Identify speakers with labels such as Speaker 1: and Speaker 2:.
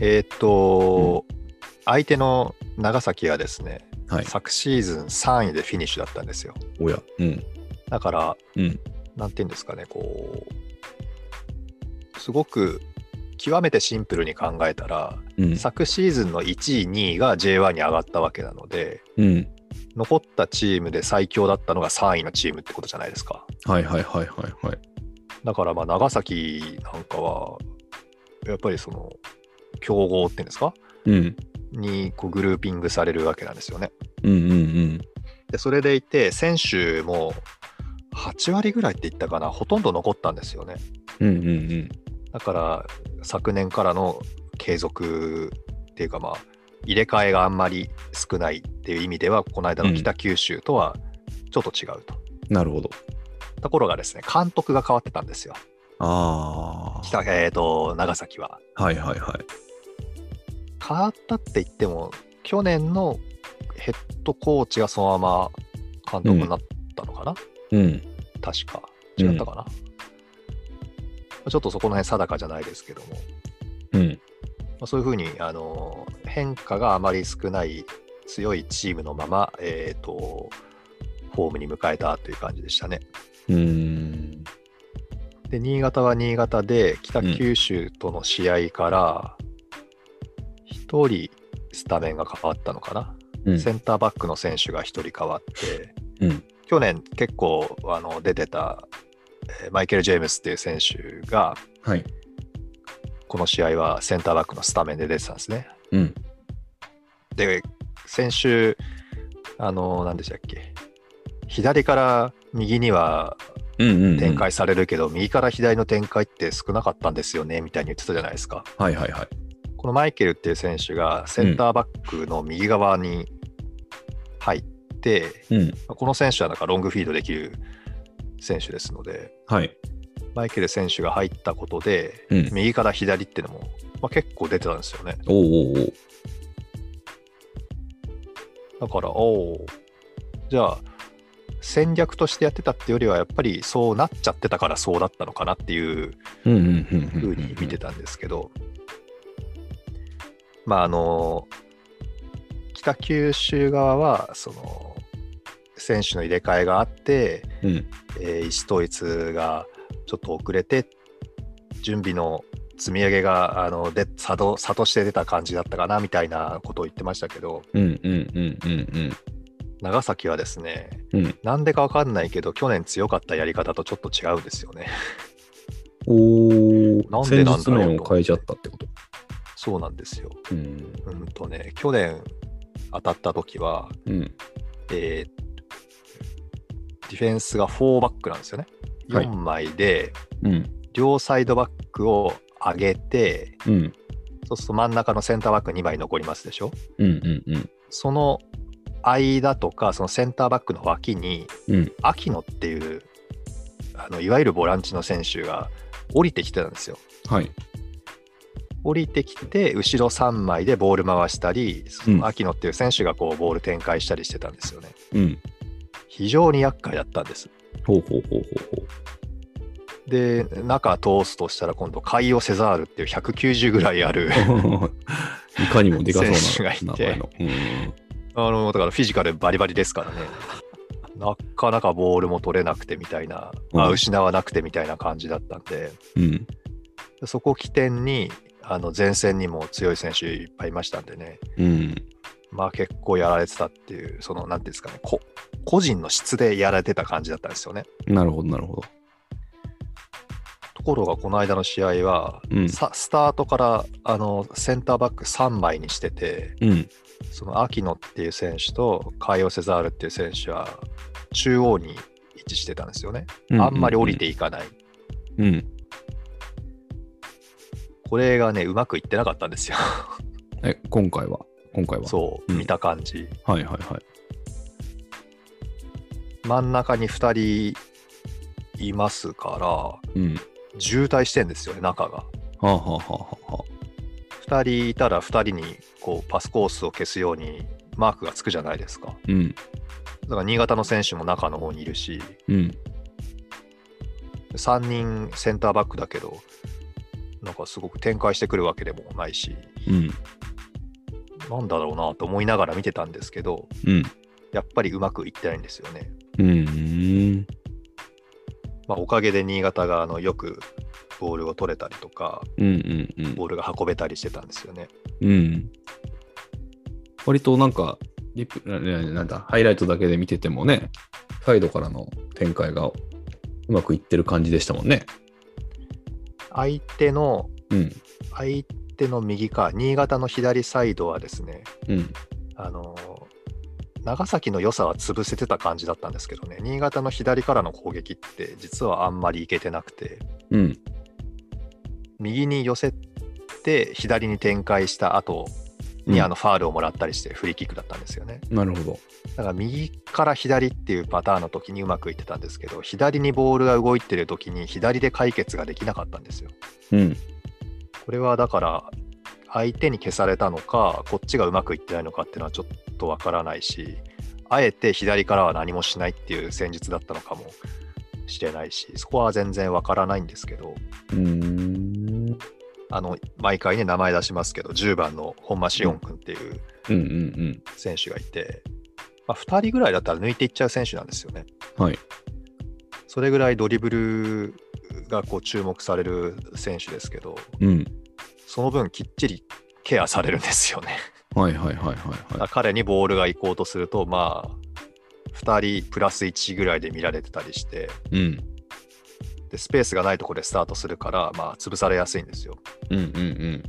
Speaker 1: えーっと、相手の長崎はですね、
Speaker 2: はい。
Speaker 1: 昨シーズン3位でフィニッシュだったんですよ。
Speaker 2: おや。うん。
Speaker 1: だから、
Speaker 2: うん。
Speaker 1: なんていうんですかね、こう、すごく極めてシンプルに考えたら、
Speaker 2: うん。
Speaker 1: 昨シーズンの1位、2位が J1 に上がったわけなので、
Speaker 2: うん。
Speaker 1: 残ったチームで最強だったのが3位のチームってことじゃないですか。
Speaker 2: はいはいはいはいはい。
Speaker 1: だからまあ長崎なんかは、やっぱりその、強豪っていうんですか
Speaker 2: うん。
Speaker 1: にこうグルーピングされるわけなんですよね。
Speaker 2: うんうんうん。
Speaker 1: で、それでいて、選手も8割ぐらいって言ったかな、ほとんど残ったんですよね。
Speaker 2: うんうんうん。
Speaker 1: だから、昨年からの継続っていうか、まあ、入れ替えがあんまり少ないっていう意味では、この間の北九州とはちょっと違うと。
Speaker 2: なるほど。
Speaker 1: ところがですね、監督が変わってたんですよ。
Speaker 2: あ
Speaker 1: 北、えー、と、長崎は。
Speaker 2: あ。はいはいはい。
Speaker 1: 変わったって言っても、去年のヘッドコーチがそのまま監督になったのかな、
Speaker 2: うん。
Speaker 1: 確か。違ったかな、ちょっとそこの辺定かじゃないですけども、
Speaker 2: うん。
Speaker 1: まあ、そういうふうに、あのー変化があまり少ない強いチームのまま、えー、とホームに迎えたという感じでしたね。
Speaker 2: うーん。
Speaker 1: で新潟は新潟で北九州との試合から1人スタメンが変わったのかな、
Speaker 2: うん
Speaker 1: センターバックの選手が1人変わって
Speaker 2: うん。
Speaker 1: 去年結構あの出てたえーマイケル・ジェームスっていう選手が
Speaker 2: はい。
Speaker 1: この試合はセンターバックのスタメンで出てたんですね。
Speaker 2: うん。
Speaker 1: で、先週、あの、何でしたっけ、左から右には
Speaker 2: うんうん、うん。
Speaker 1: 展。開されるけど、右から左の展開って少なかったんですよねみたいに言ってたじゃないですか。
Speaker 2: はいはいはい。
Speaker 1: このマイケルっていう選手がセンターバックの右側に入って、
Speaker 2: うん。
Speaker 1: この選手はなんかロングフィードできる選手ですので、
Speaker 2: はい。
Speaker 1: マイケル選手が入ったことで、
Speaker 2: うん。
Speaker 1: 右から左っていうのも、まあ、結構出てたんですよね。
Speaker 2: おうおうおう。
Speaker 1: だから、おお、じゃあ、戦略としてやってたってよりは、やっぱりそうなっちゃってたからそうだったのかなっていう
Speaker 2: うんうんうんうん。
Speaker 1: ふうに見てたんですけど、まあ、あの、北九州側は、その、選手の入れ替えがあって、
Speaker 2: うん。
Speaker 1: えー意思統一がちょっと遅れて、準備の積み上げがあので差と差として出た感じだったかなみたいなことを言ってましたけど、
Speaker 2: うんうんうんうん
Speaker 1: 長崎はですね、
Speaker 2: うん。うん。
Speaker 1: なんでかわかんないけど、去年強かったやり方とちょっと違うんですよね。
Speaker 2: お
Speaker 1: な
Speaker 2: お。
Speaker 1: んで
Speaker 2: 戦
Speaker 1: なんだろうと
Speaker 2: 術面を変えちゃったってこと。
Speaker 1: そうなんですよ。
Speaker 2: うん。
Speaker 1: うんとね、去年当たった時は、
Speaker 2: うん。
Speaker 1: えーディフェンスが4バックなんですよね。
Speaker 2: はい
Speaker 1: 4枚で、
Speaker 2: うん。
Speaker 1: 両サイドバックを上げて、
Speaker 2: うん。
Speaker 1: そうすると真ん中のセンターバック2枚残りますでしょ。
Speaker 2: うんうんうん。
Speaker 1: その間とか、そのセンターバックの脇に、
Speaker 2: うん。
Speaker 1: 秋野っていう、あのいわゆるボランチの選手が降りてきてたんですよ。
Speaker 2: はい。
Speaker 1: 降りてきて後ろ3枚でボール回したり、その秋野っていう選手がこうボール展開したりしてたんですよね。
Speaker 2: うん。
Speaker 1: 非常に厄介だったんです。
Speaker 2: ほうほうほうほうほう。
Speaker 1: で中通すとしたら今度カイオ・セザールっていう190ぐらいあ る
Speaker 2: いかにもでかそうな
Speaker 1: 選手がいて
Speaker 2: 名前の。うんうん
Speaker 1: あのだからフィジカルバリバリですからね。なかなかボールも取れなくてみたいな、あ
Speaker 2: うん
Speaker 1: 失わなくてみたいな感じだったんで、
Speaker 2: うん。
Speaker 1: そこを起点にあの前線にも強い選手いっぱいいましたんでね、
Speaker 2: うん。
Speaker 1: まあ結構やられてたっていう、その、なんていうんですかね、こ個人の質でやられてた感じだったんですよね。
Speaker 2: なるほど、なるほど。
Speaker 1: ところが、この間の試合は、
Speaker 2: うん。
Speaker 1: さスタートからあのセンターバック3枚にしてて、
Speaker 2: うん。
Speaker 1: その秋野っていう選手と、カイオ・セザールっていう選手は、中央に位置してたんですよね。あんまり降りていかない。
Speaker 2: うん。
Speaker 1: これがね、うまくいってなかったんですよ。
Speaker 2: え、今回は今回は
Speaker 1: そう、
Speaker 2: うん
Speaker 1: 見た感じ。
Speaker 2: はいはいはい。
Speaker 1: 真ん中に2人いますから、
Speaker 2: うん。
Speaker 1: 渋滞してんですよね、中が。
Speaker 2: はあ、はあはあはあ、
Speaker 1: 2人いたら2人にこうパスコースを消すようにマークがつくじゃないですか。
Speaker 2: うん。
Speaker 1: だから新潟の選手も中の方にいるし、
Speaker 2: うん。
Speaker 1: 3人センターバックだけど、なんかすごく展開してくるわけでもないし、
Speaker 2: うん。
Speaker 1: なんだろうなと思いながら見てたんですけど、
Speaker 2: うん。
Speaker 1: やっぱりうまくいってないんですよね。
Speaker 2: うん。
Speaker 1: まあ、おかげで新潟があのよくボールを取れたりとか、
Speaker 2: うん。うん。うん。
Speaker 1: ボールが運べたりしてたんですよね。
Speaker 2: うん。割となんか、リプなななんだ、ハイライトだけで見ててもね、サイドからの展開がうまくいってる感じでしたもんね。
Speaker 1: 相手の、
Speaker 2: うん。
Speaker 1: 相手の右か、新潟の左サイドはですね、
Speaker 2: うん。
Speaker 1: あのー長崎の良さは潰せてた感じだったんですけどね、新潟の左からの攻撃って、実はあんまりいけてなくて、
Speaker 2: うん。
Speaker 1: 右に寄せて、左に展開した後に、あのファールをもらったりして、フリーキックだったんですよね。
Speaker 2: なるほど。
Speaker 1: だから右から左っていうパターンの時にうまくいってたんですけど、左にボールが動いてる時に、左で解決ができなかったんですよ。
Speaker 2: うん。
Speaker 1: これはだから、相手に消されたのか、こっちがうまくいってないのかっていうのはちょっとわからないし、あえて左からは何もしないっていう戦術だったのかもしれないし、そこは全然わからないんですけど、
Speaker 2: うーん。
Speaker 1: あの毎回ね、名前出しますけど、10番の本間紫音君っていう
Speaker 2: うんうんうん。
Speaker 1: 選手がいて、まあ、2人ぐらいだったら抜いていっちゃう選手なんですよね。
Speaker 2: はい。
Speaker 1: それぐらいドリブルがこう注目される選手ですけど、
Speaker 2: うん。
Speaker 1: その分きっちりケアされるんですよね。
Speaker 2: はいはいはいはい
Speaker 1: だ
Speaker 2: は
Speaker 1: から彼にボールが行こうとすると、まあ、2人プラス1ぐらいで見られてたりして、
Speaker 2: い。うん。
Speaker 1: でスペースがないところでスタートするから、まあ、潰されやすいんですよ。
Speaker 2: うんうんうん。